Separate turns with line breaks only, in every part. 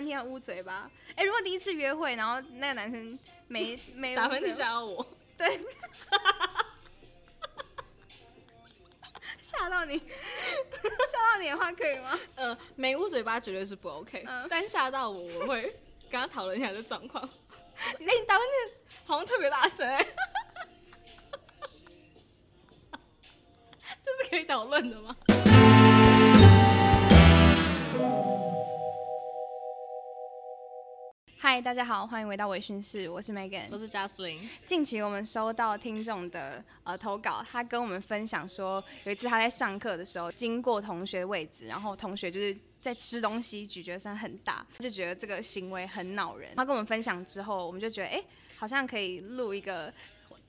定要捂嘴巴。哎、如果第一次约会，然后那个男生 没没
打
捂
喷
嘴
嚏吓到我，
对， 吓到你， 吓到你的话可以吗？
呃，没捂嘴巴绝对是不 OK，、
嗯
但吓到我，我会跟他讨论一下这状 况。
那你打喷嚏
好像特别大声哎、 这是可以讨论的吗？
嗨，大家好，欢迎回到微醺室，我是 Megan。
是 Justin，
近期我们收到听众的呃投稿，他跟我们分享说，有一次他在上课的时候经过同学的位置，然后同学就是在吃东西，咀嚼声很大，他就觉得这个行为很恼人。他跟我们分享之后，我们就觉得哎、诶好像可以录一个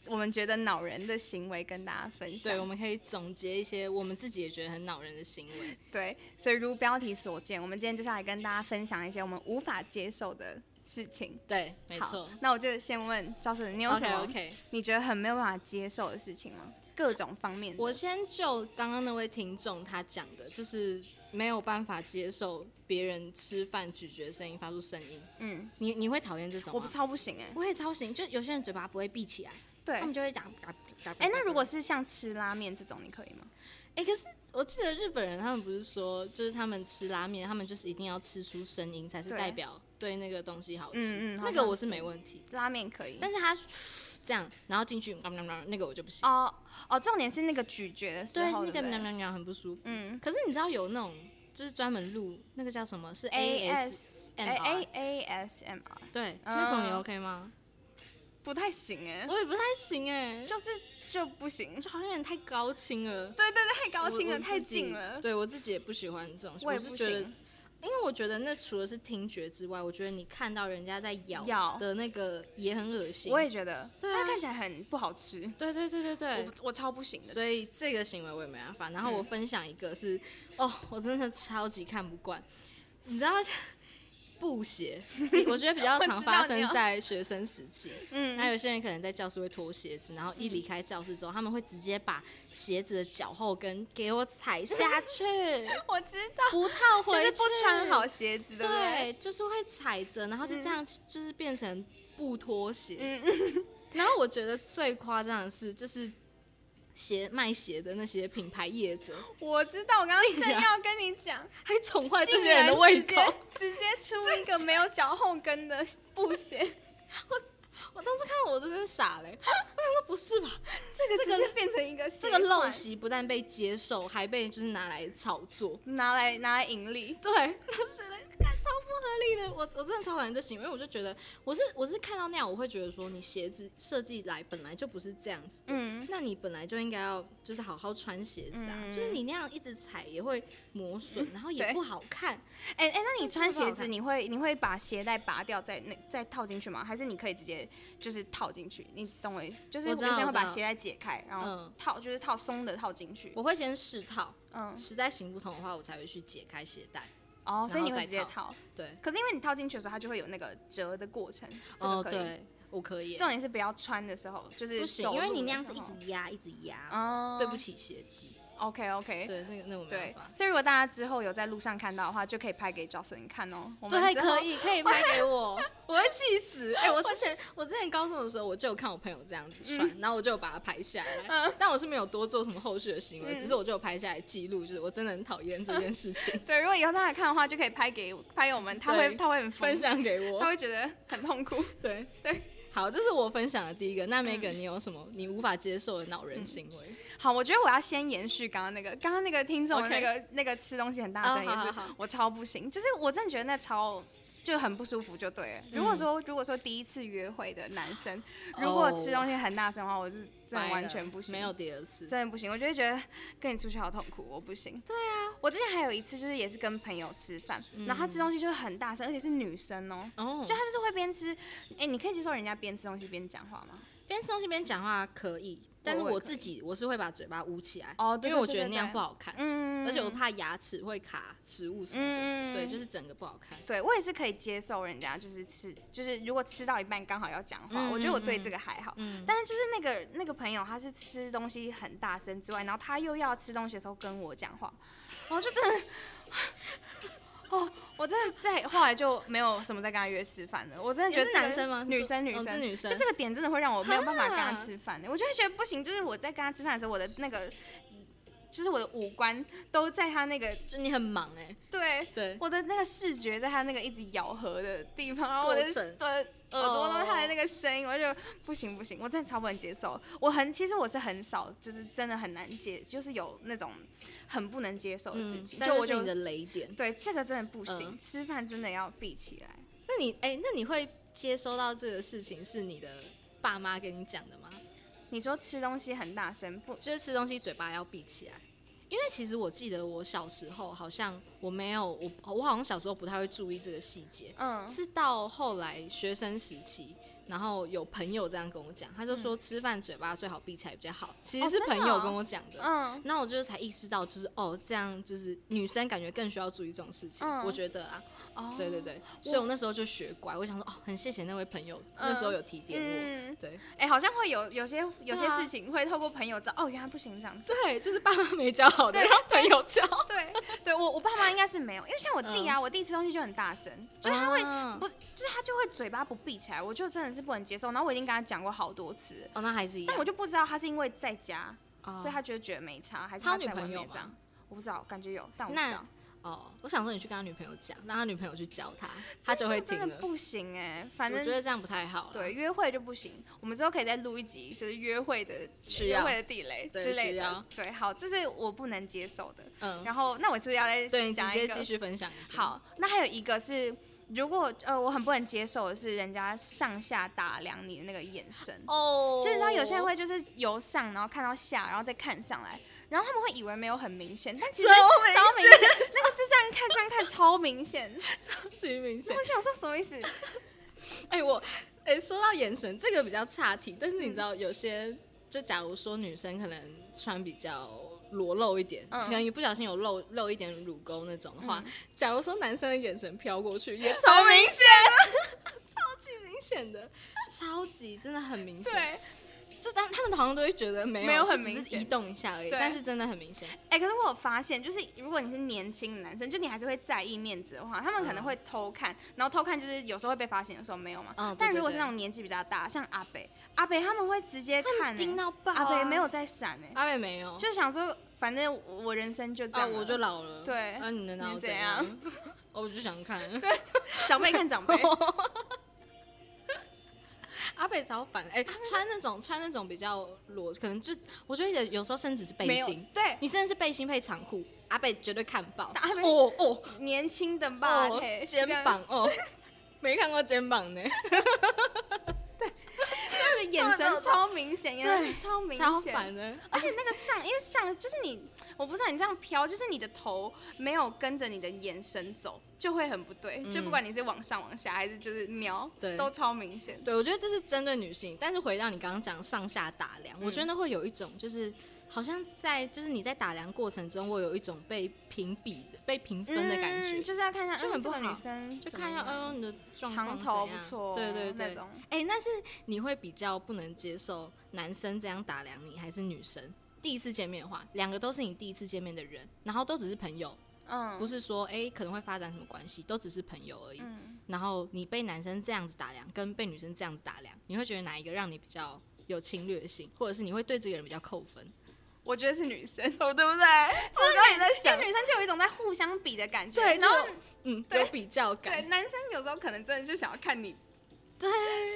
我们觉得恼人的行为跟大家分享
对，。我们可以总结一些我们自己也觉得很恼人的行为。
对，所以如标题所见，我们今天就是来跟大家分享一些我们无法接受的事情。
对，没
好
错。
那我就先问赵思，你有什
OK
么
OK，
你觉得很没有办法接受的事情吗？各种方面的。
我先就刚刚那位听众他讲的，就是没有办法接受别人吃饭咀嚼声音发出声音。
嗯，
你你会讨厌这种
我
吗？
不超不行哎、
我也超行，就有些人嘴巴不会闭起来，
对，
他们
哎、
就会讲。哎
哎，那如果是像吃拉面这种，你可以吗？
哎、可是我记得日本人他们不是说，就是他们吃拉面，他们就是一定要吃出声音才是
对
代表对那个东西好吃。
嗯嗯好
那
像
个我是没问题，
拉面可以，
但是他这样，然后进去，喵喵喵那个我就不行。
哦哦，重点是那个咀嚼的时
对，
候，
是那个
对不
喵
对
喵喵很不舒服。
嗯
可是你知道有那种就是专门录那个叫什么是
A
S
S
M
A A
R，
A S M R
对，
嗯
那种也 OK 吗？
不太行哎、
我也不太行哎、就
就是就不行，
就好像有点太高清了，
对对对，太高
我
清
我
了，
自
太
己
近了，
对我自己也不喜欢这种，
我也
是
不
觉得
行。
因为我觉得那除了是听觉之外，我觉得你看到人家在咬
咬
的那个也很恶心。
我也觉得，
对啊
它看起来很不好吃，
对对对对
我
对，
不我嗯超不行的。
所以这个行为我也没办法。然后我分享一个是，哦，我真的超级看不惯，你知道 布鞋，我觉得比较
我
常
知道
发
你
生
要
在学生时期。那
嗯，
有些人可能在教室会脱鞋子，然后一离开教室之后，他们会直接把鞋子的脚后跟给我踩下去，
我知道，
不套
就
回去，
是不穿好鞋子，对不对？
对，嗯就是会踩着，然后就这样，就是变成布拖鞋。
嗯
然后我觉得最夸张的是，就是鞋卖鞋的那些品牌业者，
我知道，我刚刚
竟
正
然
要跟你讲，
还宠坏这
竟
些人
然
的胃
直
口
接。直接出一个没有脚后跟的布鞋，
我当时看到我真的傻嘞、 我想说不是吧？
这个
这个
直接变成一个
这
这
个陋习不但被接受，还被就是拿来炒作。
拿来拿来盈利，
对，我就觉得干超不合理的。我我真的超讨厌这行为，因为我就觉得我是我是看到那样，我会觉得说你鞋子设计来本来就不是这样子。
嗯，
那你本来就应该要就是好好穿鞋子啊，
嗯
就是你那样一直踩也会磨损，然后也
对
不好看。
哎哎，那你
这
穿
是不好
鞋子
看
你会你会把鞋带拔掉再那再套进去吗？还是你可以直接就是套进去？你懂我意思？就是
我
有
知
些
道
人会
我知
把
道
鞋带解开，然后
嗯
套就是套松的套进去，
我会先试套，
嗯，
实在行不通的话，我才会去解开鞋带。
哦，所以
然
你
后
会
再
直接
套
套。
对，
可是因为你套进去的时候，它就会有那个折的过程。这个
哦，
可以。
对，我可以，
重点是不要穿的时候，就是
不行，
走
因为
路
你
的
那样
时
是一
候
直压，一直压，
哦，
对不起鞋子。
，OK OK。
对，那个那我
嗯
没办
对啊
法，。
所以如果大家之后有在路上看到的话，就可以拍给 Jocelyn 看哦。我们
对，
之后
可。以可以拍给我， 我会气死。 哎、我之前我之前高中的时候，我就有看我朋友这样子
嗯
穿，然后我就有把它拍下来，但我是没有多做什么后续的行为，
嗯
只是我就有拍下来记录，就是我真的很讨厌这件 事情，
对，如果以后大家看的话，就可以拍给拍给我们，他
对
会他会很疯
分，享给
他
我。
会觉得很痛苦。
对对，好，这是我分享的第一个。那 Megan，你有什么你无法接受的恼人行为？
好，我觉得我要先延续刚刚那个，刚刚那个听众的
OK
那个那个吃东西很大
哦
声，也
好
是
好好
我超不行，就是我真的觉得那超。就很不舒服，就对了。如果说、如果说第一次约会的男生，嗯如果吃东西很大声的话，我就是真的
哦掰
完
了
全不行，
没有第二次。
真的不行，我就会觉得跟你出去好痛苦，我不行。对啊，我之前还有一次就是也是跟朋友吃饭，
嗯
然后他吃东西就是很大声，而且是女生哦、
哦
就，他就是会边吃，哎、你可以接受人家边吃东西边讲话吗？
边吃东西边讲话可以，但是
我也
我
可
自己我是会把嘴巴捂起来，
哦
因
对
为
对
我
对
觉得
对
那样
对
不好看。
嗯
而且我怕牙齿会卡食物什么的，
嗯
对，就是是整个不好看。
对我也是可以接受人家就是吃，就是如果吃到一半刚好要讲话，
嗯
我觉得我对
嗯
这个还好。
嗯，
但是就是那个那个朋友，他是吃东西很大声之外，然后他又要吃东西的时候跟我讲话，然后就真的，哦，我真的在后来就没有什么再跟他约吃饭了。我真的觉
也
得
是
这个
男生吗
女生，
你
女
说哦
生，
是女生
就这个点真的会让我没有办法跟他
哈
吃饭、欸我就会觉得不行，就是我在跟他吃饭的时候，我的那个，就是我的五官都在他那个
就你很忙哎、
对。
对，
我的那个视觉在他那个一直咬合的地方，然后我的
过程
我的耳朵都是他的那个声音我就觉得不行不行，我真的超不能接受。我很其实我是很少，就是真的很难接，就是有那种很不能接受的事
嗯
情，，
但
就
就
我
是
就
你的雷点。
对，这个真的不行，
嗯
吃饭真的要闭起来。
那你哎、那你会接收到这个事情是你的爸妈给你讲的吗？
你说吃东西很大声不？
就是吃东西嘴巴要闭起来，因为其实我记得我小时候好像我没有我我好像小时候不太会注意这个细节，
嗯
是到后来学生时期。然后有朋友这样跟我讲，他就说吃饭嘴巴最好闭起来比较好。其
嗯
实
哦
是
真的
朋友
哦
跟我讲的，
嗯，
那我就是才意识到，就是哦，这样就是女生感觉更需要注意这种事情，
嗯
我觉得啊，
哦
对对，对，所以我那时候就学乖，我想说哦，很谢谢那位朋友，那时候有提点我，
嗯，
对
哎、好像会有有些有些
对啊
事情会透过朋友知道，哦，原来不行这样子。
对，就是爸妈没教好的，
对
让朋友教，
对，对我我爸妈应该是没有，因为像我弟啊，我弟吃东西就很大声， 就是他会，
啊
不就是他就会嘴巴不闭起来，我就真的是不能接受。然后我已经跟他讲过好多次了，
哦，那还是一样
但我，就不知道他是因为在家，
哦
所以他觉得觉得没差，还是
他
在
有女
外
朋友
面这
吗
样。我不知道，感觉有，但我不
那
知道。
哦，我想说你去跟他女朋友讲，让他女朋友去教他，他就会
这
听
真的
了。
不行哎、反
我
正
觉得这样不太好啦，
对，约会就不行。我们之后可以再录一集，就是约会的
需
约
要
会的地雷
对
之类
需
的
要。
对，好，这是我不能接受的。
嗯，
然后，那我是不是要再
对，你直
讲一
接
个
继？续分享。，
好，那还有一个是，如果呃我很不能接受的是人家上下打量你的那个眼神，
哦
就是你知道有些人 会就是由上然后看到下，然后再看上来。然后他们会以为没有很明显，但其实
超
明
明
显，这个就这样看，这样看超明显。
超级明显
我。想说什么意思？
哎、我哎、说到眼神，这个比较差题，但是
嗯
你知道有些，就假如说女生可能穿比较裸露一点，
嗯
可能一不小心有露露一点乳沟那种的话，
嗯
假如说男生的眼神飘过去，也
好
超明
明显，
明显的，超级真的很明显。
对，
就当他们好像都会觉得没有，
没有很
就只是
明显
移动一下而已，
对
但是真的很明显。
哎、可是我有发现，就是如果你是年轻的男生，就你还是会在意面子的话，他们可能会偷看，然后偷看就是有时候会被发现，有时候没有嘛。
嗯对
但
对
如果是
对
那种年纪比较大，像阿北，阿北他们会直接看、
盯
欸，
到啊爆、
阿北没，有在闪哎、
阿北没有，
就想说反正我我人生就这
啊，
样了、
我就老了。啊
对
那、你能拿
你
我
怎
怎样？ 哦我就想看。
长辈看 长辈，
阿北超烦 的，哎、穿那种穿那种比较裸，可能就我觉得有有时候甚至是背
没有
心，
对
你甚至是背心配长裤，阿北绝对看爆。
阿北
哦哦
年轻的吧，嘿
哦，肩，膀哦，没看过肩膀呢，
那个眼神超明显，眼神超 明
超
显。
烦的。
而且那个上，因为上就是你，我不知道你这样飘，就是你的头没有跟着你的眼神走，就会很不对。就不管你是往上、往下，还是就是瞄，
嗯对
都超明显。
对，我觉得这是针对女性，但是回到你刚刚讲上下打量，
嗯
我觉得会有一种就是好像在就是你在打量过程中，我有一种被屏蔽的、被评分的感觉，
嗯、就是要看一下，
就很
嗯这个
不好
女生
就看一下，哎呦，你的状况
行
怎
头不
样
错，
对对对
那，种。
哎、但是你会比较不能接受男生这样打量你，还是女生？第一次见面的话，两个都是你第一次见面的人，然后都只是朋友，
嗯，
不是说哎、可能会发展什么关系，都只是朋友而已。
嗯
然后你被男生这样子打量，跟被女生这样子打量，你会觉得哪一个让你比较有侵略性，或者是你会对这个人比较扣分？
我觉得是女 生，
哦
对不对？就是刚才在
想
女生就有一种在互相比的感觉。
对
然后
就嗯，
对
有比较
对
感，
男生有时候可能真的就想要看你
对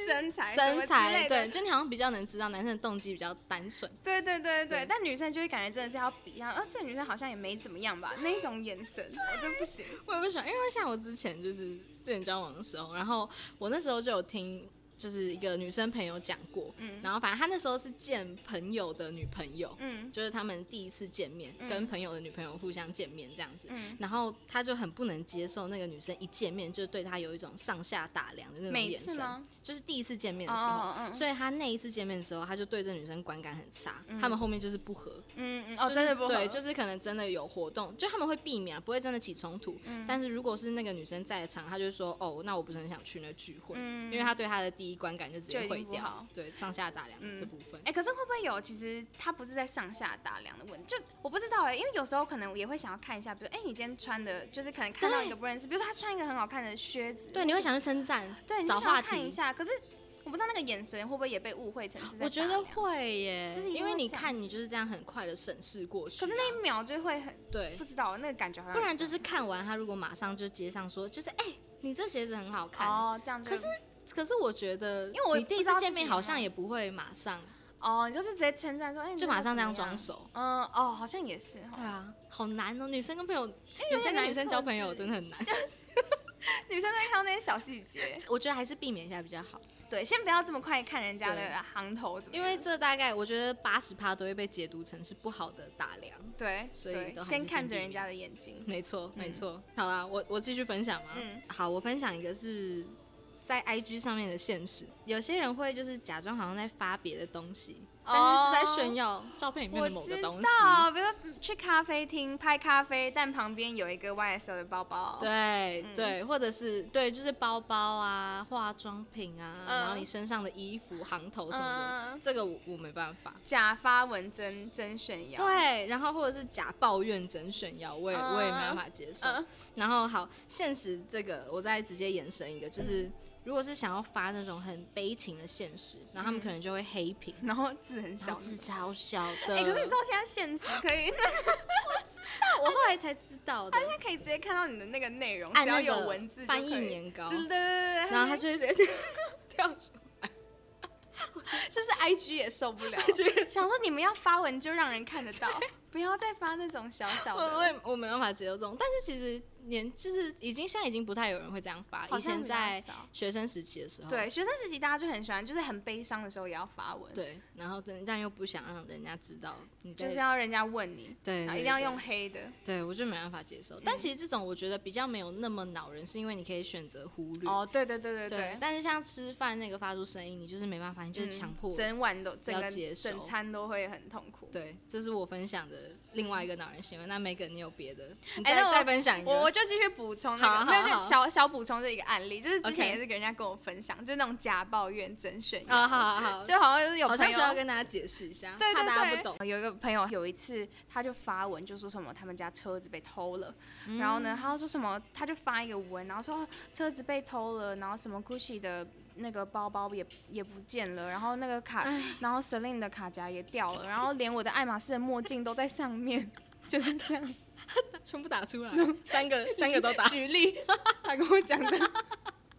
身材、
身材，
对
对，就你好像比较能知道男生的动机比较单纯。
对对对对，
对
但女生就会感觉真的是要比，然后，啊，这个女生好像也没怎么样吧，那一种眼神，我就不行。
我也不喜欢，因为像我之前就是之前交往的时候，然后我那时候就有听，就是一个女生朋友讲过，
嗯
然后反正她那时候是见朋友的女朋友，
嗯
就是他们第一次见面，
嗯
跟朋友的女朋友互相见面这样子。
嗯，
然后她就很不能接受那个女生一见面就对她有一种上下打量的那种
每
眼
次
神
吗，？
就是第一次见面的时候，
哦，嗯
所以她那一次见面之后，她就对这女生观感很差，他们后面就是不合，
嗯嗯，哦，
就是
真的不合
对，就是可能真的有活动，就他们会避免，啊不会真的起冲
嗯
突。但是如果是那个女生在场，她就说：“哦，那我不是很想去那个聚会，
嗯
因为她对她的第第一观感就直
就
接
已经
毁
不
掉
好。
对，上下打量
嗯
这部分
哎、。可是会不会有？其实它不是在上下打量的问题，就我不知道哎、因为有时候可能也会想要看一下，比如哎、你今天穿的，就是可能看到一个不认识，比如说他穿一个很好看的靴子，
嗯对，你会想去称赞，
对，你就
找
想
话
要看一
题。
下。可是我不知道那个眼神会不会也被误会成是在
我觉
打
得
量
会耶，
就是一定
因为
会
你
这样
看，你就是这样很快的审视过去啊。
可是那一秒就会很
对
不，知道那个感觉好像
不
有
然
这样
就是看完他如果马上就接上说，就是哎、你这鞋子很好看。
哦这样就，
可是可是我觉得，
因为我
你第一
不知道
次
自己
见面
有
好
没
像
有
也不会马上
哦，你就是直接称赞说哎、你
就
个
马上
怎
这
么
样装
样
熟。
嗯哦，好像也是哈。
对啊，好难哦，女生跟朋友，
有
女
点
生跟
难
女生交朋友
控制
真的很难。
女生在看到那些小细 节，
我觉得还是避免一下比较好，
对，先不要这么快看人家
对
的行头怎么
因
样，
为这大概我觉得八十趴都会被解读成是不好的打量。
对
所以
对
都，还
先
是
看
先
着
避
人
免
家的眼睛。
没错，没
嗯
错。好啦，我我继续分享嘛。
嗯
好，我分享一个是在 IG 上面的现实，有些人会就是假装好像在发别的东西，但是是在炫耀照片里面
我
的某个
知
东西。
道，比如说去咖啡厅拍咖啡，但旁边有一个 YSL 的包包。，
对、
嗯
对，或者是对，就是包包啊、化妆品啊，
嗯
然后你身上的衣服、行头什么的，
嗯
这个我我没办法。
假发文真真炫耀。
对，然后或者是假抱怨、真炫耀，我也、我也没办法接受。
嗯
然后好，现实这个我再直接延伸一个，就是、
嗯
如果是想要发那种很悲情的现实，然后他们可能就会黑屏，
然后字很
然
小
后。字超小的。
嗯哎、可是你知道现在现实可以， 那
道，我后来才知道的，
他可以直接看到你的那个内容，
按
只
那
要
个
有文字就
翻译
可以
年糕
真的，对对对
然后他
他
就会直接跳出
是不是 IG 也受不 了？想说你们要发文就让人看得到，不要再发那种小小
我 我
的。
也我没办法接受这种，但是其实年就是已经现在已经不太有人会这样发，
好
以
像
前
比较
在
少
学生时期的时候，
对，学生时期大家就很喜欢，就是很悲伤的时候也要发文，
对，然后但但又不想让人家知道你在
就是要人家问你，
对，
然后
对
一定要
对
用黑的。
对我就没办法接受。但其实这种我觉得比较没有那么恼人，是因为你可以选择忽略。
哦，对对对对
对
对，，
但是像吃饭那个发出声音，你就是没办法，你就是
嗯
强迫。
整晚都整
要
个
接受
整餐都会很痛苦。
对，这是我分享的另外一个恼人行为。那 Megan，你有别的？你
哎
再、
那我
再分享一个。
我我就继续补充那
好
个，没有
好
就
好
小小补充这一个案例，就是之
OK
前也是给人家跟我分享，就是那种假抱怨真炫耀
啊，好好好，
就好像就是有
好
朋
像需要
友。
跟大家解释一下，
对对
怕大 家不懂。
对，有一个朋友有一次，他就发文就说什么他们家车子被偷了，
嗯
然后呢，他说什么他就发一个文，然后说哦车子被偷了，然后什么 Gucci 的那个包包也也不见了，然后那个卡，然后 Celine 的卡夹也掉了，然后连我的爱马仕的墨镜都在上 面，就是这样。
全部打 出来，三个三个都 打，真
举例，他跟我讲的，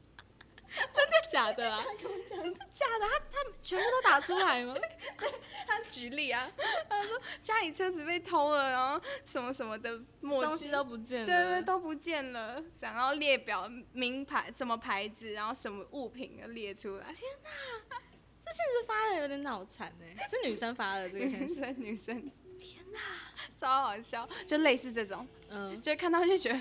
的假 的啊？ 真的假的？他他全部都打出来吗？
他举例啊，他说家里车子被偷了，然后什么什么的墨
东西
镜。
都不见了，
对对，都不见了，这样，然后列表名牌什么牌子，然后什么物品都列出来。
这现实发的有点脑残哎，是女生发的这个现
女
实，
生女生，天哪，超好笑，就类似这种，
嗯。
就看到就觉得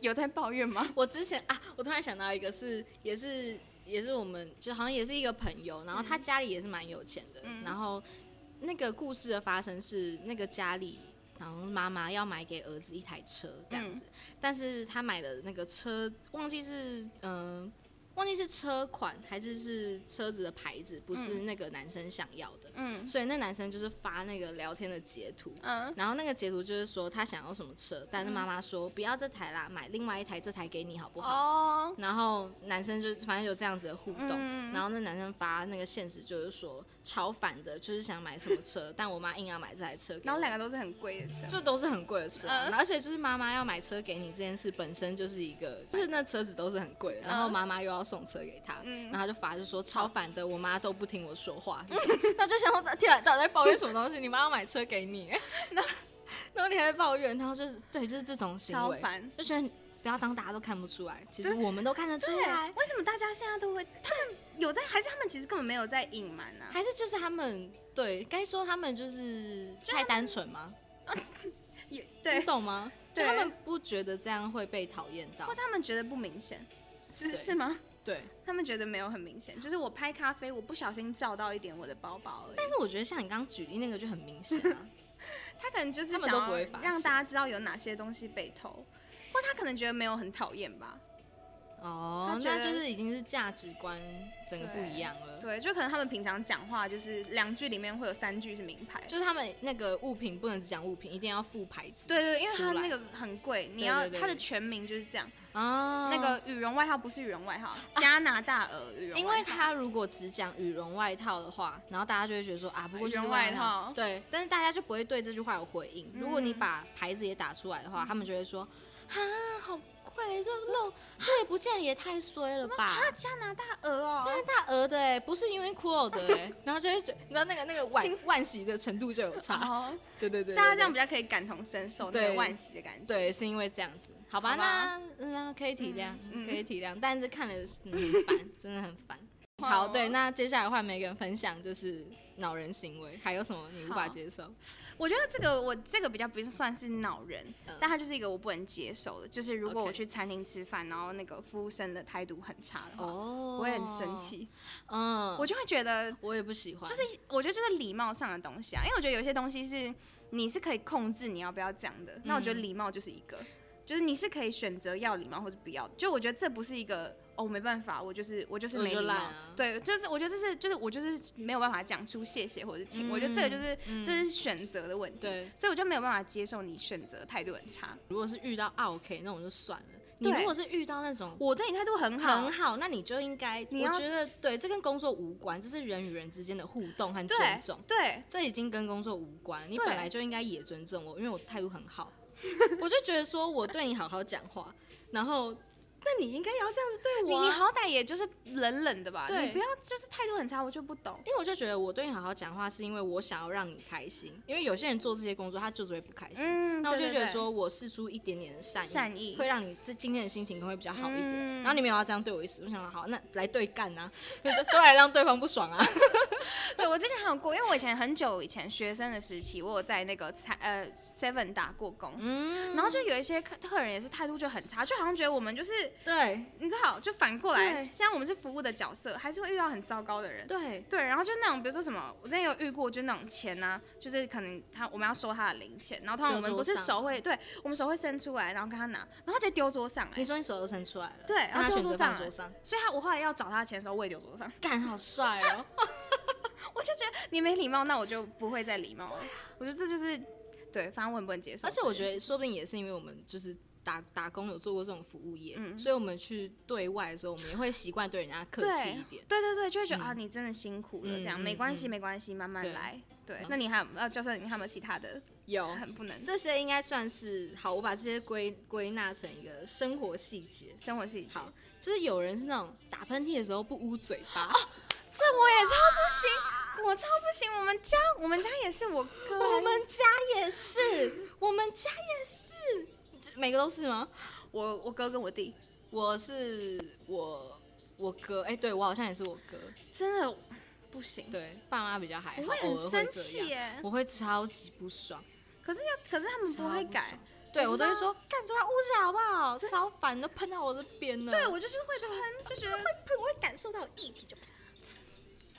有在抱怨吗？
我之前啊，我突然想到一个是，也是也是我们就好像也是一个朋友，然后他家里也是蛮有钱的，
嗯
然后那个故事的发生是那个家里。然后妈妈要买给儿子一台车这样子，但是他买的那个车忘记是嗯、呃忘记是车款还是是车子的牌子，不是那个男生想要的，
嗯
所以那男生就是发那个聊天的截图，
嗯，
然后那个截图就是说他想要什么车，但是妈妈说不要这台啦，买另外一台，这台给你好不好？
哦，
然后男生就反正有这样子的互动，
嗯
然后那男生发那个现实就是说超反的，就是想买什么车， 但我妈硬要买这台车给我，
然后两个都是很贵的车，
就都是很贵的车啊、
嗯
而且就是妈妈要买车给你这件事本身就是一
嗯
个，就是那车子都是很贵的，然后妈妈又要送车给他，
嗯
然后他就发就说超反的，我妈都不听我说话， 那就想说天啊，到底在抱怨什么东西？你妈要买车给你， 那然后你还在抱怨，然后就是对，就是这种行
超
为，
烦。
就觉得不要当大家都看不出来，其实我们都看得出来。
啊为什么大家现在都会？他们有在，还是他们其实根本没有在隐瞒啊？
还是就是他们对该说他们就是太单纯吗？
也
你
对，
懂吗？就
对
他们不觉得这样会被讨厌到
或。是他们觉得不明显，是
对
是吗？
对，
他们觉得没有很明显，就是我拍咖啡，我不小心照到一点我的包包而已。
但是我觉得像你刚刚举例那个就很明显 啊。
他可能就是
他们
想
都
要
不会发现
让大家知道有哪些东西被偷，或他可能觉得没有很讨厌吧。
哦
他，觉得
那就是已经是价值观整个不一样了。
对，就可能他们平常讲话就是两句里面会有三句是名牌。
就是他们那个物品不能只讲物品，一定要附牌子。
对对，因为它
出
那
来
个很贵，你要
对对对
它的全名就是这样。
啊，
那个羽绒外套不是羽绒外套，加拿大鹅羽绒外套，
因为他如果只讲羽绒外套的话，然后大家就会觉得说啊，不过就是
羽绒外套嗯
对，但是大家就不会对这句话有回应。如果你把牌子也打出来的话，他们就会说啊，好贵，这漏这也不见也太衰了吧。
啊加拿大鹅哦，
加拿大鹅的哎、不是因为 cool 的哎、 然后就会觉，你知道那个那个惋惋惜的程度就有差，
哦，
对对对，
大家
对
这样比较可以感同身受那个
对
万喜的感觉。
对，是因为这样子，好吧，
好吧
那那可以体谅，
嗯嗯
可以体谅，但是看了嗯很烦，真的很烦。
好
好，对，那接下来换每个人分享，就是恼人行为，还有什么你无法
好
接受？
我觉得这个我这个比较不算是恼人，
嗯
但它就是一个我不能接受的，就是如果
OK
我去餐厅吃饭，然后那个服务生的态度很差的话，
哦
我会很生，气，
嗯，
我
我
就会觉得
我也不喜欢，
就是我觉得就是礼貌上的东西啊，因为我觉得有些东西是你是可以控制你要不要讲的，那我觉得礼貌就是一个，就是你是可以选择要礼貌或者不要，就我觉得这不是一个哦没办法，我就是我就是
我
没
就
礼貌，
懒啊
对，就是我觉得这是就是我就是没有办法讲出谢谢或者请，我觉得这个就是、这是选择的问题，
对
所以我就没有办法接受你选择态度很差，
如果是遇到啊 OK 那种就算了，你
对
如果是遇到那种。
我对你态度很好，
很好，那你就应该，
你
我
要
觉得对，这跟工作无关，这是人与人之间的互动和尊
对
重。
对，
这已经跟工作无关，你
对
本来就应该也尊重我，因为我态度很好， 我就觉得说我对你好好讲话，然后那你应该也要这样子对
你
我、
你
啊。
好歹也就是冷冷的吧，
对
你不要就是态度很差，我就不懂。
因为我就觉得我对你好好讲话，是因为我想要让你开心。因为有些人做这些工作，他就是会不开心。
嗯
那我就
对对
觉得
对
说我释出一点点的善意，
善意
会让你这今天的心情可能会比较好一点。
嗯
然后你没有要这样对我一次，我想说好，那来对干啊， 就是都来让对方不爽啊。
对我之前还有过，因为我以前很久以前学生的时期，我有在那个餐呃 Seven 打过工，
嗯，
然后就有一些客客人也是态度就很差，就好像觉得我们就是
对
你知道，就反过来，
对
现在我们是服务的角色，还是会遇到很糟糕的人。
对，
对，然后就那种，比如说什么，我之前有遇过，就那种钱呐、就是可能他我们要收他的零钱，然后通常我
丢
们
桌
不是
上
手会，对我们手会伸出来，然后跟他拿，然后他直接丢桌上来
你，说你手都伸出来了，
对然
但
后
他
丢
选
桌
择
上
放
来
桌上，
所以他我后来要找他的钱的时候，我也丢桌上，
干好帅哦！
我就觉得你没礼貌，那我就不会再礼貌了。我觉得这就是对，反正我很不能接受
啊而
这件事。
且我觉得，说不定也是因为我们就是打打工有做过这种服务业，
嗯
所以我们去对外的时候，我们也会习惯对人家客气一点。
对对对，就会觉得、啊，你真的辛苦了，
嗯
这样
嗯
没关系，
嗯
没关系，慢慢
对
来。对
嗯，
那你还有呃，教授，你还有没有其他的
有
很不能
这些应该算是好，我把这些归归纳成一个生活细节。
生活细节？
好，就是有人是那种打喷嚏的时候不捂嘴巴，
这我也超不行，我超不行。我们家我们家也是我哥，
我们家也是， 我们家也是，每个都是吗？
我我哥跟我弟
我是我我哥，哎、对我好像也是我哥，
真的不行，
对，爸妈比较还好，
我会
偶
很
尔这
生
样
气耶。
我会超级不爽，
可是要可是他
嗯
们不会
超
改
爽，。对，我
知
都
道
会说干什么污水好不好？超烦，都喷到我这边了。
对，我就是会喷，就觉得
我会感受到液体就。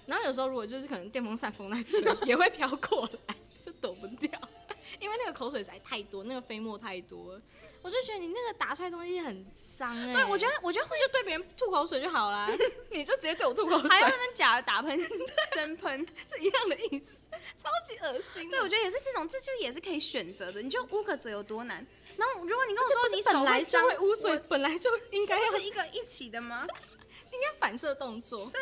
然后有时候如果就是可能电风扇风在 吹，也会飘过来，就躲不掉， 因为那个口水实在太多，那个飞沫太多了，我就觉得你那个打出来的东西很脏哎、
对我觉
得
得我觉得会
就对别人吐口水就好啦， 你就直接对我吐口
还要
水，
他们假的打喷嚏真喷。
就一样的意思，超级恶心的。
对，我觉得也是这种，这就也是可以选择的。你就捂个嘴有多难？然后如果你跟我
这不
说
是
你手
本来就
脏
会捂嘴，本来就应该要
这是一个一起的吗？
应该反射动作，
对，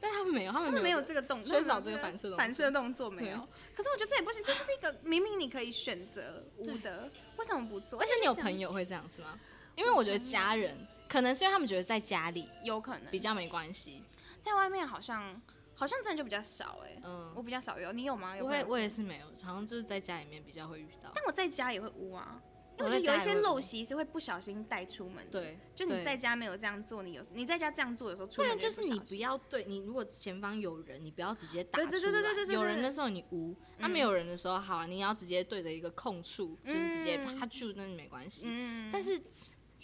但他们没有，他
他
们
们没有
这
这个动，
缺少
他们没有
这个反射动作
反射动作没有
对。
可是我觉得这也不行，这就是一个明明你可以选择无的，为什么不做？
而且你有朋
友，
友会这样子吗？因为我觉得家人可能是因为他们觉得在家里
有可能
比较没关系，
在外面好像好像真的就比较少哎，我
嗯，
比较少有，你有吗？有
我
朋
会
友
我
是
也是没有，好像就是在家里面比较会遇到。
但我在家也会捂啊。因为
我
我觉
在
得有一
家
些
也会
陋
捂
习是会不小心带出门的，，
对，
就你
对
在，家没有这样做，你有你在家这样做，有时候出
不
门
然就是是你
不
不要对你，如果前方有人，你不要直接打
对
出
对对对对对对
有人
对
的时候你无，那没有人的时候好啊，你要直接对着一个空处，就是直接啪住，那没关系。
嗯，
但是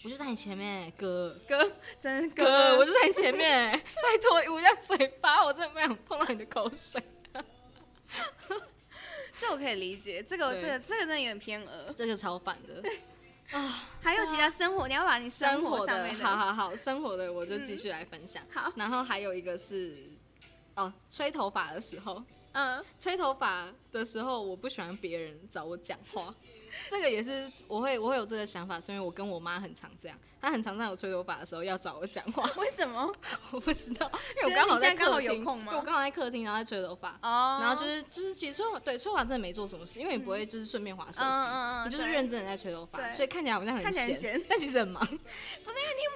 我就在你前面，哥。
哥真是
哥，
哥，
我就在你前面，欸拜托捂一下嘴巴，我真的不想碰到你的口水。
这我可以理解，这个
对
这个这个真的有点偏额。
这个超烦的，
还有其他生活，你要把你
啊生
活
活
上面的嗯
好好好，生活的我就继续来分享。
好，
然后还有一个是，哦，吹头发的时候，
嗯，
吹头发的时候，我不喜欢别人找我讲 话，这个也是我会我会有这个想法，是因为我跟我妈很常这样，她很常在我吹头发的时候要找我讲话，
为什么？
我不知道，
觉得
因为我刚好
你现在
在
刚好
客
有
厅，
空吗
因为我刚好在客厅，然后在吹头发。
哦
然后就是就是，其实吹头对吹头发真的没做什么事，因为你不会就是顺便划手机，
嗯嗯嗯
你就是
对
认真的在吹头发，
对
所以看起来好像
看起来很闲
但其实很忙。
不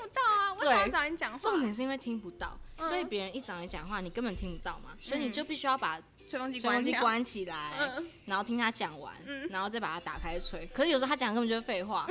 到啊，为什么要找你讲话？
重点是因为听不到，
嗯
所以别人一找你讲话，你根本听不到嘛，所以你
嗯
就必须要把
吹风机
吹
关
风机
掉，
关起来，
嗯
然后听他讲完
嗯，
然后再把它打开吹。可是有时候他讲的根本就是废 话，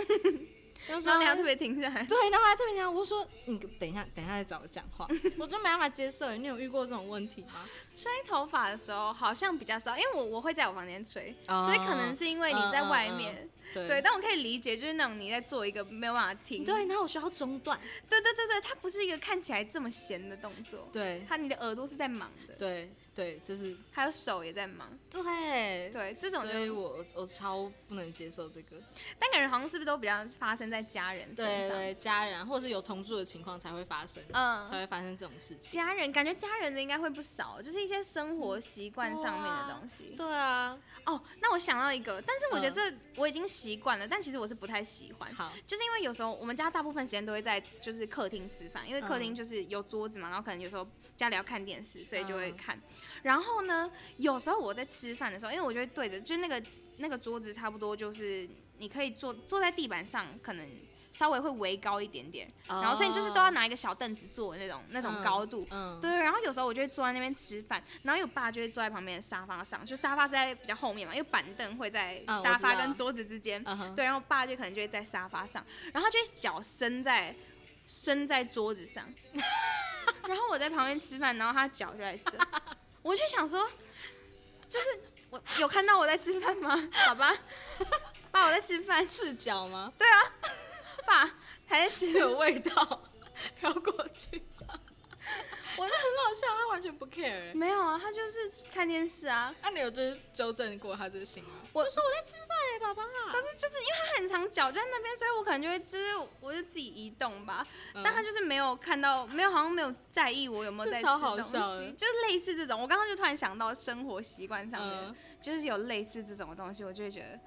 就
然
是说
后你要特别停下来。
对，然后还特别讲，我就说你等一下，等一下再找我讲 话，我就没办法接受。你有遇过这种问题吗？
吹头发的时候好像比较少，因为我我会在我房间吹，
哦嗯
所以可能是因为你在外面。
对
对，但我可以理解，就是那种你在做一个没有办法停。
对，然后我需要中断，
对对对对，它不是一个看起来这么闲的动作，
对
它你的耳朵是在忙的，
对对，就是
还有手也在忙。
对
对这种就
所以我我超不能接受这个。
但感觉好像是不是都比较发生在家人身
对
上？
对，家人或者是有同住的情况才会发生，才
嗯，
会发生这种事情。
家人感觉家人的应该会不少，就是一些生活习惯上面的东西。
对啊，
哦，那我想到一个，但是
嗯
我觉得这我已经习惯了，但其实我是不太喜欢。
好，
就是因为有时候我们家大部分时间都会在就是客厅吃饭，因为客厅
嗯
就是有桌子嘛，然后可能有时候家里要看电视，所以就会
嗯
看。然后呢，有时候我在吃饭的时候，因为我就会对着，就是那个那个桌子差不多就是你可以坐坐在地板上，可能稍微会围高一点点，然后所以你就是都要拿一个小凳子坐的那种那种
哦嗯
高度。
嗯，
对，然后有时候我就会坐在那边吃饭，然后我爸就会坐在旁边的沙发上，就沙发是在比较后面嘛，因为板凳会在
嗯我
沙
知
发
道
跟桌子之间。
嗯哼，
对，然后我爸就可能就会在沙发上，然后他就会脚伸在伸在桌子 上，然后我在旁边吃饭，然后他脚就在 这，我就想说，就是我有看到我在吃饭吗？好 吧，爸我在吃饭，
赤脚吗？
爸还在吃，
有味道 飘过去，我觉得很好笑，他完全不 care 欸。
没有啊，他就是看电视啊，
那你有就是纠正过他这个行为？
我
就说我在吃饭哎，爸爸。
可是就是因为他很常脚就在那边，所以我可能就会就是我就自己移动吧，
嗯
但他就是没有看到，没有好像没有在意我有没有
这
在吃
超好
东西，
笑的
就是类似这种。我刚刚就突然想到生活习惯上面的，
嗯
就是有类似这种的东西，我就会觉得，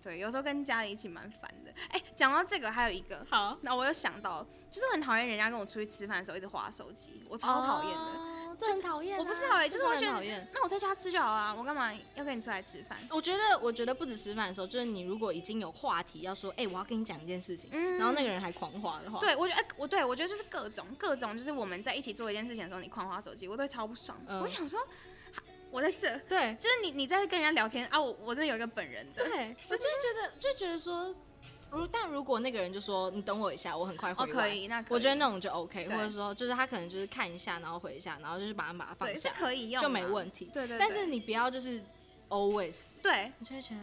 对，有时候跟家里一起蛮烦的。哎、讲到这个，还有一个，
好，
那我又想到，就是我很讨厌人家跟我出去吃饭的时候一直划手机，我超讨厌的。
的，
就
这
是
很讨厌啊。
我不知道哎、
这
就是我
真
觉
的
得
很讨厌。，
那我在家吃就好啦，我干嘛要跟你出来吃饭？
我觉得，我觉得不止吃饭的时候，就是你如果已经有话题要说，哎、我要跟你讲一件事情，
嗯
然后那个人还狂话的话，，
对，我觉得，哎我对我觉得就是各种各种，就是我们在一起做一件事情的时候，你狂划手机，我都会超不爽。
嗯
我想说，我在这，
对
就是你你在跟人家聊天啊，我我这边有一个本人的，
对，我就会觉得，就觉得说，如但如果那个人就说你等我一下，我很快
哦
回来，
可以，那可以
我觉得那种就 OK，
对
或者说就是他可能就是看一下，然后回一下，然后就是马上把它放
对是
下，
可以用，
就没。问题。
对对对，
但是你不要就是 always，
对，
你就会觉得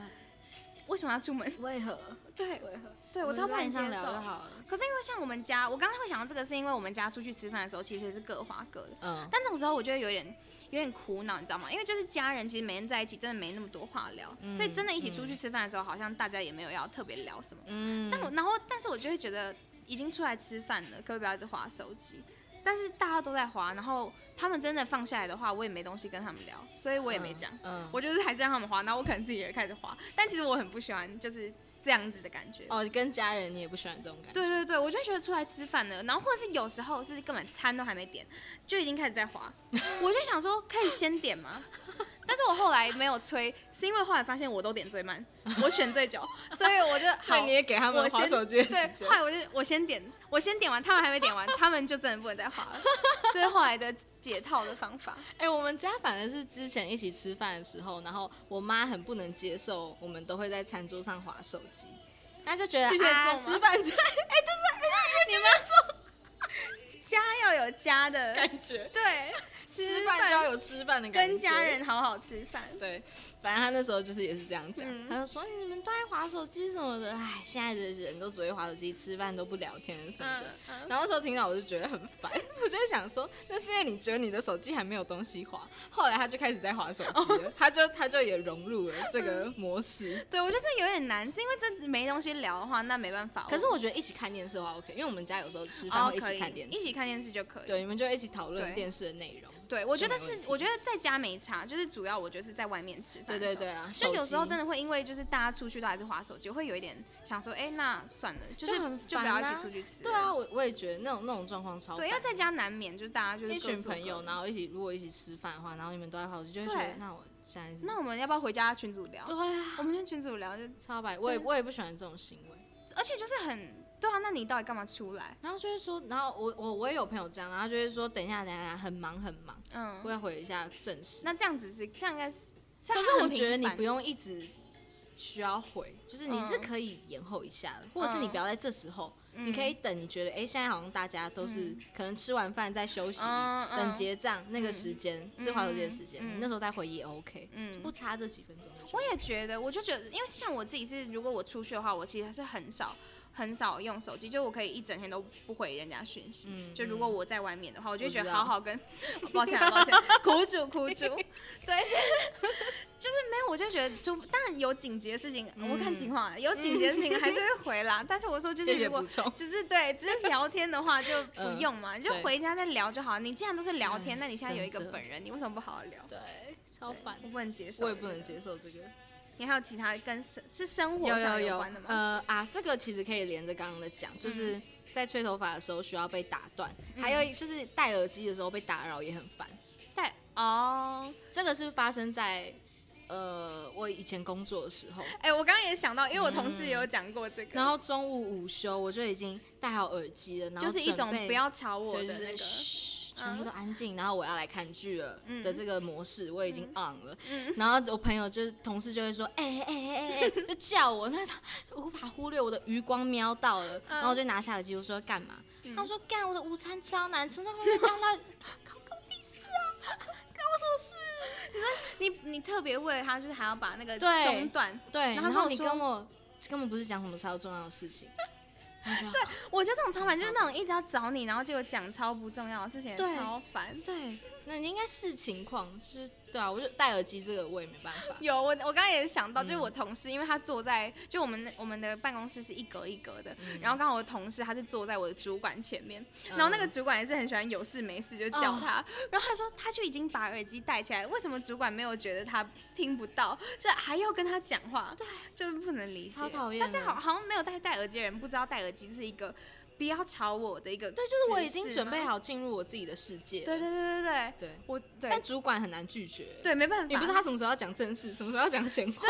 为什么要出门？
为何
对
为何？
对，我超不能
晚
接
上聊就
受。
好了，
可是因为像我们家，我刚刚会想到这个，是因为我们家出去吃饭的时候，其实也是各花各的。
嗯，
但这种时候我就会有点有点苦恼，你知道吗？因为就是家人其实每天在一起，真的没那么多话聊，
嗯
所以真的一起出去吃饭的时候，好像大家也没有要特别聊什么。
嗯
但我然后，但是我就会觉得已经出来吃饭了，可不可以不要一直划手机？但是大家都在划，然后他们真的放下来的话，我也没东西跟他们聊，所以我也没讲。，
嗯，
我就是还是让他们划，然后我可能自己也开始划，但其实我很不喜欢就是这样子的感觉。
哦，跟家人你也不喜欢这种感觉，
对对对，我就觉得出来吃饭了，然后或者是有时候是根本餐都还没点，就已经开始在 滑，我就想说可以先点吗？但是我后来没有催，是因为后来发现我都点最慢，我选最久，所以我就
所以
好
你。也给他
我
们
先
划手机的时
对，
间
后。来我就我先点，我先点完，他们还没点 完，他们就真的不能再滑了。这是后来的解套的方 法。
哎、我们家反正是之前一起吃饭的时候，然后我妈很不能接受我们都会在餐桌上划手机，她就觉得
巨蟹座吗
啊，吃饭的哎
家要有家的
感觉，
对，
吃饭就要有吃饭的感觉，
跟家人好好吃饭。
对，反正他那时候就是也是这样讲，他就说哎你们都爱划手机什么的，哎，现在的人都只会划手机，吃饭都不聊天什么的。
嗯
然后那时候听到我就觉得很烦， 我就在想说，那是因为你觉得你的手机还没有东西划。后来他就开始在划手机了，他就他就也融入了这个模式。
对，我觉得这有点难，是因为这没东西聊的话，那没办法。
可是我觉得一起看电视的话 OK，因为我们家有时候吃饭
哦
会一
可
起
以
看电
一
视，
起看电视就可以。
对，你们就一起讨论
对
电视的内容。
对，我觉得
是没
是
问，题
我觉得在家没差，就是主要我觉得是在外面吃
对
饭。
对对。啊，
就有时候
手机
真的会因为就是大家出去都还是划手机，会有一点想说，哎、那算了，就是
就很
不
烦
要
啊
一起出去吃。
对啊，，我我也觉得那种那种状况超
对，因
烦
为在家难免就是大家就是
一
各
群
做
朋
各
友，
的
然后一起如果一起吃饭的话，然后你们都在跑，我就会觉
对
得那我现在是
那我们要不要回家群主聊？
对啊，
我们跟群主聊就，
超白，我也
真
我也不喜欢这种行为。
而且就是很对啊，那你到底干嘛出来？
然后就会说，然后我我我也有朋友这样，然后就会说等一下等一下，很忙很忙，
嗯，
我也回一下正事。
那这样子是这样应该是，
可
可
是我觉得你不用一直需要回，就是你是
嗯
可以延后一下的，或者是你
嗯
不要在这时候，你可以等你觉得哎、诶现在好像大家都是可能吃完饭在休息，
嗯嗯
等结账那个时间是划手机的时间，
嗯
你那时候再回也 OK，
嗯
不差这几分钟。我觉得
我也觉得，我就觉得，因为像我自己是，如果我出去的话，我其实是很少很少用手机，就我可以一整天都不回人家讯息。
嗯
就如果我在外面的话，我就会
我
觉
知
得
道
好好跟，抱歉啊抱歉，苦主苦 主，对， 就是就是没有，我就觉得除当然有紧急的事情，我看情况啊，有紧急的事情还是会回啦。但是我说就是
谢谢
如果
补充。
只是对，只是聊天的 话就不
嗯
用嘛，你就
对
回家再聊就好。你既然都是聊天，
哎
那你现在有一个
真的
本人，你为什么不好好聊？
对，超烦。
我不能接受，
我也不能接受这个。
你还有其他跟生是生活
有
上
有有
关的，吗？嗯
呃啊，这个其实可以连着刚刚的讲，就是在吹头发的时候需要被打断，还有就是戴耳机的时候被打扰也很烦。
戴哦，
这个是发生在呃我以前工作的时候，
哎、我刚刚也想到，因为我同事也有讲过这个，
嗯然后中午午休我就已经戴好耳机了，然后
就是一种
准备
不要吵我的
对，
那
就
个，
是嘘，全部都安静，然后我要来看剧了
嗯
的这个模式我已经 on 了
嗯，
然后我朋友就是同事就会说，哎哎哎哎，哎就叫我，那他无法忽略我的余光瞄到
嗯
了，然后我就拿下耳机我说干嘛？他说干我的午餐超难吃，然后我就刚到靠靠屁事啊，干我什么事？
你你特别为了他，就是还要把那个
对
中断。
对，
然
然
后
后
跟我
你
说
跟我根本不是讲什么超重要的事情，我就觉得
我觉得这种超烦，就是那种一直要找你，然后结果讲超不重要的事情，
对
超烦。
对，那你应该视情况，就是对啊，我就戴耳机这个我也没办法。
有我，我刚刚也想到，就是我同事，因为他坐在就我们那我们的办公室是一格一格的，
嗯
然后刚好我同事他是坐在我的主管前面，然后那
嗯
个主管也是很喜欢有事没事就叫
哦
他，然后他说他就已经把耳机戴起来，为什么主管没有觉得他听不到，就还要跟他讲话？对，就是不能理解，
超讨厌
但是
的
好好像没有戴戴耳机的人不知道戴耳机是一个不要吵我的一个，
对，就是我已经
姿势
准备
吗
好进入我自己的世界了。
对对对对对，
对
我对
但主管很难拒绝。，
对没办法，
也不知道他什么时候要讲正事，什么时候要讲闲话。对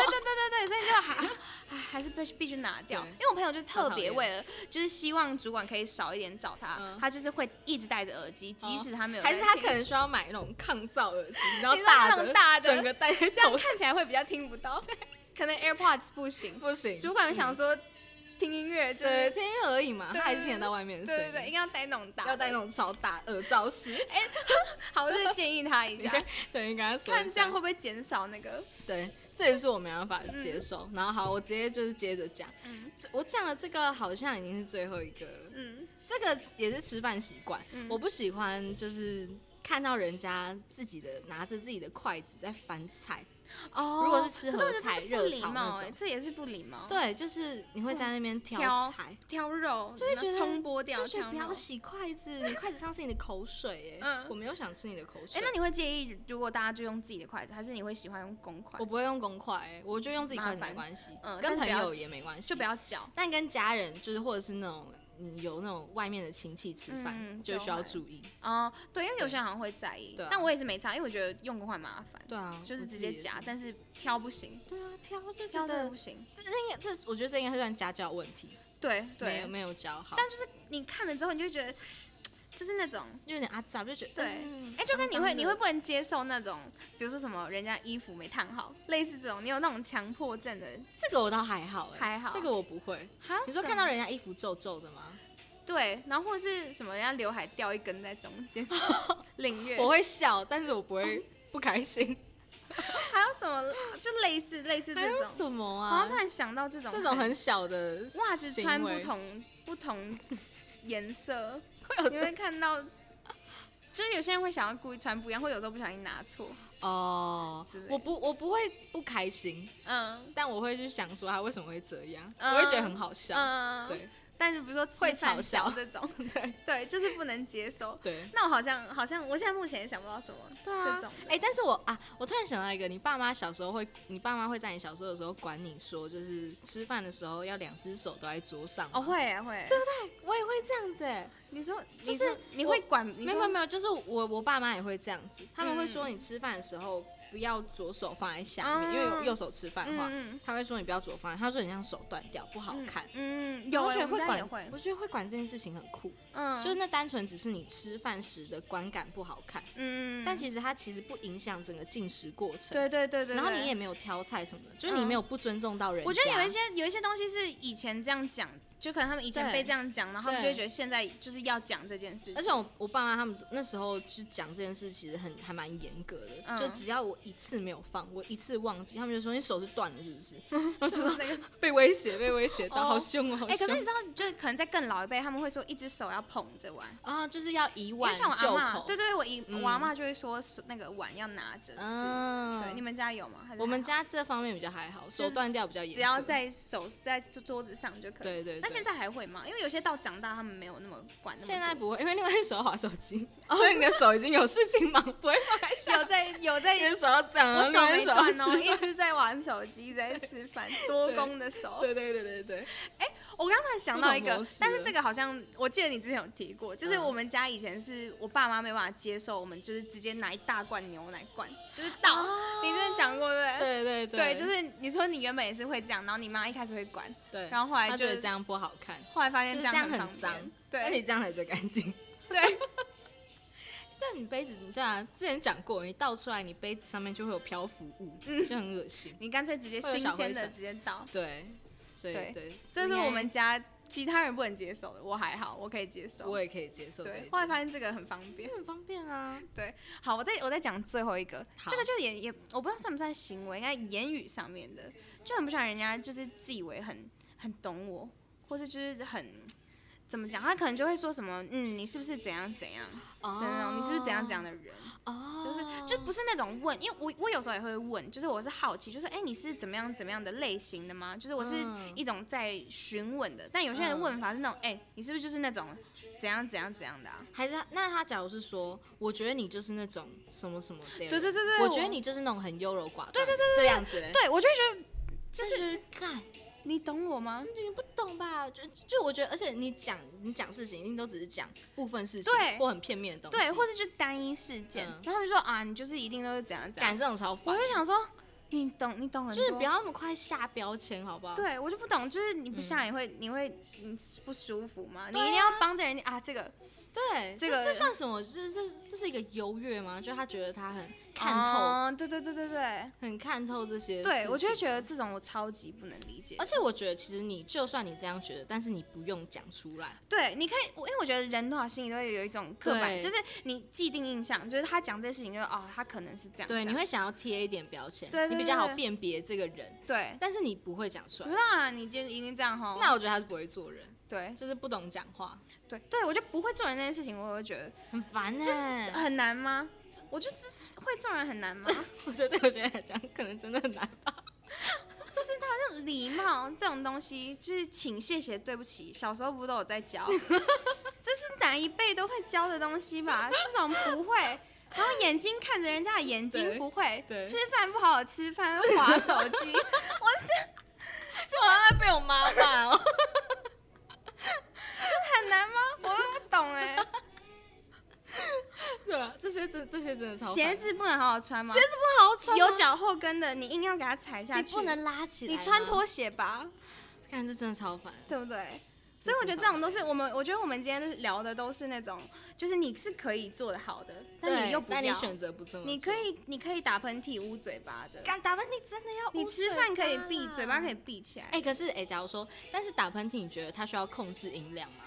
对，
对
所以就还 唉还是必须必须拿掉，
对
因为我朋友就特别为了，就是希望主管可以少一点找他，
嗯哦
他就是会一直戴着耳机，即使他没有在
还
听，
是他可能需要买那种抗噪耳机，然后
你知道
大
那
的
种大的
整个戴 在
这样
头上
看起来会比较听不 到，可能 AirPods 不行。
不行。
主管想说、听音乐就
对
是
听音乐而已嘛，
嗯对
他还是听得到外面的
对
声
对
音。
对，应该要戴那种大的，
要戴那种超大耳罩式，
好，我就建议他 一
你
下
可，以等于跟他说一下。
哎看这样会不会减少那个
对，这也是我没办法接受。然后好，我直接就是接着讲，
嗯
这我讲的这个好像已经是最后一个了。
嗯
这个也是吃饭习惯，
嗯
我不喜欢就是看到人家自己的拿着自己的筷子在翻菜，
哦
如果是吃合菜
可是我觉得这是
热炒
不礼貌
那种
哎这也是不礼貌，，
对，就是你会在那边
嗯挑
挑菜，
挑肉
就会觉得
冲剥掉，
就觉得
挑
不要
肉
洗筷子，你筷子上是你的口水耶，
嗯
我没有想吃你的口
哎、
水。
那你会介意如果大家就用自己的筷子，还是你会喜欢用公筷
我？不会用公筷耶，我就用自己筷子
麻烦
没关系，
嗯但
跟
是
朋
不要
友也没关系，
就不要搅。
但跟家人就是或者是那种你有那种外面的亲戚吃饭，
嗯
就需要
就会
注意。
哦、对，因为有些人好像会在意，
对啊
但我也是没差，因为我觉得用公筷麻烦，
对啊，
就是直
我自己
接
也
夹
是。，
但是挑不行，
对啊，挑就
挑真
觉
的
得
不行。
这这应该这我觉得这应该是算家教问题，
对
没有
对，
没有教好，
但就是你看了之后，你就会觉得就是那种，
有点阿杂，就觉得
对
嗯
哎、就跟你
脏
会
脏的
你会不能接受那种，比如说什么人家衣服没烫好，类似这种，你有那种强迫症的，
这个我倒还好哎，
还好
这个我不会。
还有
你说
什
看到
么
人家衣服皱皱的吗？
对，然后或是什么人家刘海掉一根在中 间，领月，
我会笑，但是我不会不 开心。
还有什么就类似类似
还
这
有
种，
什么
好像
啊
突？然想到这种
这种很小的
袜子穿
行
不
为
同不同 颜色，
会有
你
这
会看到， 就是有些人会想要故意穿不一样，或有时候不小心拿错，
哦
之类，的
我不我不会不开心，
嗯
但我会去想说他为什么会这样，
嗯
我会觉得很好笑。
嗯，
对
但是不是说
会
吃
嘲
饭
笑
小这种， 对，就是不能接受。
对
那我好像好像我现在目前也想不到什么
对
这种
哎、但是我啊，我突然想到一个，你爸妈小时候会，你爸妈会在你小时候的时候管你说，就是吃饭的时候要两只手都在桌上。
哦，，会啊会，对不对？
我也会这样子哎、
你说
就
你
是
说你
我
会管，你
没有
说
没有没有，就是我我爸妈也会这样子，他们会说
嗯
你吃饭的时候不要左手放在下面，因为有
嗯
右手吃饭的话，
嗯
他会说你不要左放在，他说你这样手断掉不好
嗯
看。
嗯，有
我
欸
觉得
我们
会
家也
管，
会，
我觉得会管这件事情很酷，
嗯，
就是那单纯只是你吃饭时的观感不好看，
嗯，
但其实它其实不影响整个进食过程。
对对对对，
然后
对
你也没有挑菜什么的，就是你没有不尊重到人家。
我觉得有一些有一些东西是以前这样讲，就可能他们以前
对
被这样讲，然后他们就
对
会觉得现在就是要讲这件事
而
情。
且我我爸妈他们那时候是讲这件事，其实很还蛮严格的，
嗯
就只要我一次没有放，我一次忘记，他们就说你手是断了是不是？我说
那个，
被威胁，被威胁到，
哦
好凶哦，好
哎、可
凶
是你知道，就是可能在更老一辈，他们会说一只手要捧着玩，
啊，就是要以
因为
碗
像我
就
阿嬷，
口。
对对，对我姨、
嗯
我阿嬷就会说手那个碗要拿着吃。
嗯
对，你们家有吗？还是
我们
还好
家这方面比较还好，手断掉比较严格。
只要在手在桌子上就可以。
对对
那
对
现在还会吗？因为有些到长大他们没有那么管那么多。
现在不会，因为另外一手滑手 机，所以你的手已经有事情忙， 不会放在下
哦有在有 在
一只手要这样，
我手
然后另
没
一手要
断哦，
吃
一直在玩手机，在吃饭，多功的手。
对对对对对，
我刚才想到一
不同
个
模式，
但是这个好像我记得你之前有提过，就是
嗯
我们家以前是我爸妈没办法接受，我们就是直接拿一大罐牛奶罐，
嗯
就是倒。你之前讲过对不对？
哦对对
对，
对，
就是你说你原本也是会这样，然后你妈一开始会管，
对。
然后后来
他
就
觉得这样不好看，
后来发现
就是
样
这样
很
很脏
方便，
而且
对
这样才最干净。
对，
但你杯子，你对啊，之前讲过，你倒出来，你杯子上面就会有漂浮物，
嗯
就很恶心。
你干脆直接
会有
新
小
鲜
灰
的
尘
直接倒，
对，所以
对
对，
这是
应该
我们家其他人不能接受的，我还好，我可以接受
我。也可以接受这一
对，
点。
后来发现这个很方便。
很方便啊，
好，我再我再讲最后一个，
好
这个就也也我不知道算不算行为，应该言语上面的，就很不喜欢人家就是自以为很很懂我，或是就是很怎么讲，他可能就会说什么，嗯，你是不是怎样怎样，
哦
等等等，你是不是怎样怎样的人，
哦，
就是就不是那种问，因为我我有时候也会问，就是我是好奇，就是哎、你是怎么样怎么样的类型的吗？就是我是
嗯
一种在询问的，但有些人
嗯
问法是那种，哎、你是不是就是那种怎样怎样怎样的、啊？
还是他那他假如是说，我觉得你就是那种什么什么的人，
对对对对，
我觉得你就是那种很优柔寡断，对对对这样子嘞，
对我就会觉得
就是干，
你懂我吗？
你不懂吧？就就我觉得，而且你讲你讲事情，一定都只是讲部分事情，
对
或很片面的东西，
对，或者就单一事件，
嗯
然后他们就说啊，你就是一定都是怎样怎
感
样。
这种超
我
烦，
就想说，你懂，你懂很多，
就是不要那么快下标签，好不好？
对我就不懂，就是你不
嗯
下也会，你会你不舒服吗？你
对啊
一定要帮着人家啊，这个
对，
这
这
个
这算什么？这这这是一个优越吗？就他觉得他很看透，
哦对对对对对，
很看透这些事情，
对我就会觉得这种我超级不能理解
而。且我觉得，其实你就算你这样觉得，但是你不用讲出来。
对，你可以，我因为我觉得人多少心里都会有一种刻板，
对
就是你既定印象，就是他讲这些事情就，哦，他可能是这样，这
对，你
样
会想要贴一点标签，
对对
你比较好
对
辨别这个人，
对，
但是你不会讲出来。
那你就一定这样哈。
那我觉得他是不会做人，
对
就是不懂讲话，
对对，我就不会做人这件事情，我会觉得
很烦欸呢、
很难吗？我就是会做人很难吗？
我觉得对我觉得来讲，可能真的很难吧。
就礼貌这种东西，就是请、谢谢、对不起，小时候不都有在教？ 这是哪一辈都会教的东西吧？这种不会。然后眼睛看着人家的眼睛
对
不会
对，
吃饭不好好吃饭，划手机，
我还被我妈骂哦。
很难吗？我都不懂哎、
对啊，这些这这些真的超烦
鞋子不能好好穿吗？
鞋子不好好穿吗，啊
有脚后跟的，你硬要给它踩下
你
去，
不能拉起来，啊
你穿，拖鞋吧，
看这真的超烦。
对不对？所以我觉得这种都是我们，我觉得我们今天聊的都是那种，就是你是可以做的好的，但
对
你又不要。
但你选择不呃这么做，
你可以，你可以打喷嚏、捂嘴巴的。
敢打喷嚏，真的要
你
捂
吃
嘴
饭可以
巴
闭
啦哎
嘴巴，可以闭起来。
哎、可是哎、假如说，但是打喷嚏，你觉得他需要控制音量吗？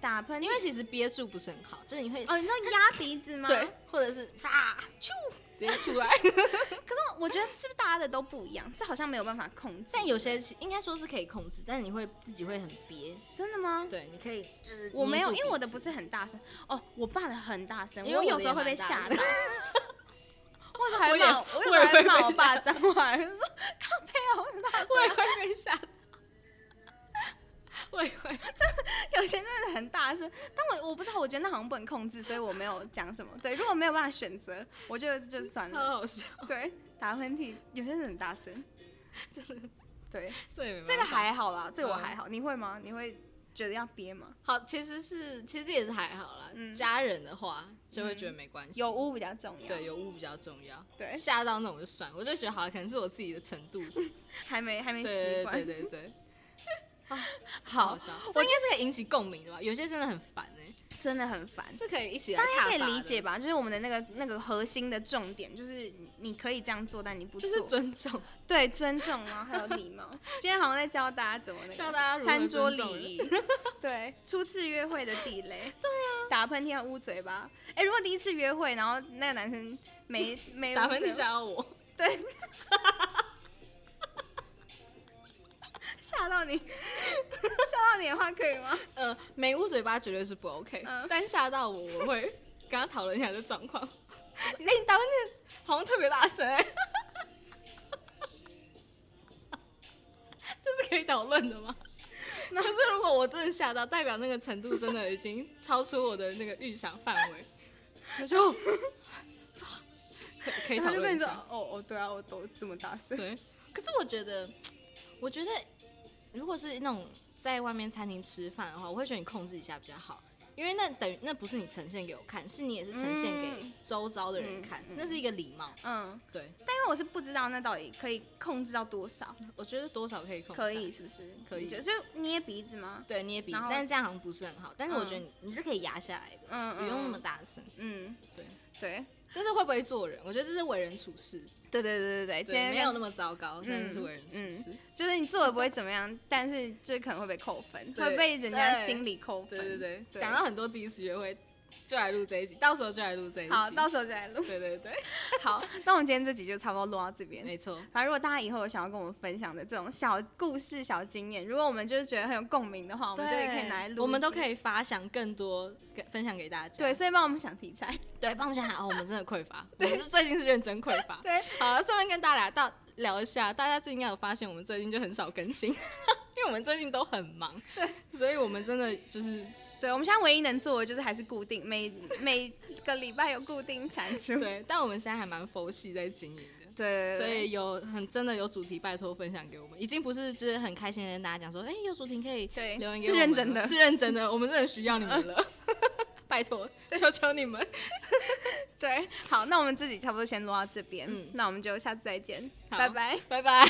打喷嚏，
因为其实憋住不是很好，就是你会、
哦，你知道压鼻子吗？
啊对，或者是啪啾 直接出来。
可是我觉得是不是大家的都不一样？这好像没有办法控制。
但有些其应该说是可以控制，但是你会自己会很憋。
真的吗？
对，你可以就是
我没有，
捏住
因为我的
鼻
不 是
子
很大声哦，我爸的很大声，
因为我的
有时候
也
会被
蛮
吓
大
到
的。
我有时候还
我也
骂，我有
我
时候
也
还
会
骂
被
我爸脏话，就说 哦
我也会被吓到， 我也 会。
有些真的很大声，但我我不知道，我觉得那好像不能控制，所以我没有讲什么。对，如果没有办法选择，我就就算
超
了。
好笑，
对，打喷嚏有些人很大 声，
真的，
对，
这也没办法嗯
这个还好啦，这个我还好。你会吗？你会觉得要憋吗？
好，其实是其实也是还好啦。
嗯
家人的话就会觉得没关系，
有污比较重要。
对有污比较重要，
对，
吓到那种就算，我就觉得好，可能是我自己的程度，对
还没还没习
对对
惯。
对 对，
好，
笑。我应该是可以引起共鸣的吧？有些真的很烦哎、
真的很烦。
是可以一起来
大家
踏
可
伐
以
的
理解，吧？就是我们的那个那个核心的重点，就是你可以这样做，但你不
就
做，
是尊 重，
对尊重啊，还有礼 貌。今天好像在教大家怎么那
教
个
大家如何
餐桌
尊
礼
重人。
仪，对，初次约会的地雷，对啊，打喷嚏要捂嘴巴。哎、如果第一次约会，然后那个男生 没没
打
捂
喷
嘴
嚏吓到我，
吓到你， 吓到你的话可以吗？
呃，没捂嘴巴绝对是不 OK，、
嗯
但吓到我，我会跟他讨论一下这状况。哎、你打喷嚏好像特别大声哎、 这是可以讨论的吗？可是如果我真的吓到，代表那个程度真的已经超出我的那个预想范围，我就可 可以
然后
讨
就跟
论
你
一
说，
下。
哦哦，对啊，我都这么大声，
对，可是我觉得，我觉得如果是那种在外面餐厅吃饭的话，我会觉得你控制一下比较好，因为那等于那不是你呈现给我看，是你也是呈现给
嗯
周遭的人
嗯
看，
嗯
那是一个礼貌。
嗯，
对，
但因为我是不知道那到底可以控制到多少，
我觉得多少可以控制，
可以。是不是？
可以
你觉得就是捏鼻子吗？
对，捏鼻子
然，后
但是这样好像不是很好。但是我
嗯
觉得你你是可以压下来的，
嗯，
不用那么
嗯
大声。
嗯，
对
对
这是会不会做人？我觉得这是为人处事，
对对对对对，今
对，
天
没有那
么
么糟糕，但是是为人处
嗯
事。
就是你做的不会怎么样，但是就可能会被扣分，
对
会被人家
对
心里扣分。
对对对，
对
讲到很多第一次约会，就来录这一集，到时候就来录这一集。
好，到时候就来录。
对对对，
好，那我们今天这集就差不多录到这边。
没错。
反正如果大家以后有想要跟我们分享的这种小故事、小经验，如果我们就是觉得很有共鸣的话，我
我
们就也可以拿来录。
我们都可
以。
以发想更多给分享给大家。
对，所以帮我们想题材。
对，帮我们想想，哦，我们真的匮乏，我们最近是认真匮乏。
对，
好了，顺便跟大家到聊一下，大家最近应该有发现，我们最近就很少更新， 因为我们最近都很忙。对，所以我们真的就是
对，我们现在唯一能做的就是还是固定，每每个礼拜有固定产出。对
对，但我们现在还蛮佛系在经营的。
对对，
所以有很真的有主题，拜托分享给我们，已经不是就是很开心的跟大家讲说，哎、有主题可以
对
留言给
是
我
认
们
真
了
的
是认真的，我们真的需要你们 了，拜托，求求你们。
对，好，那我们自己差不多先录到这边，
嗯
那我们就下次再见，
好
拜拜。
拜拜。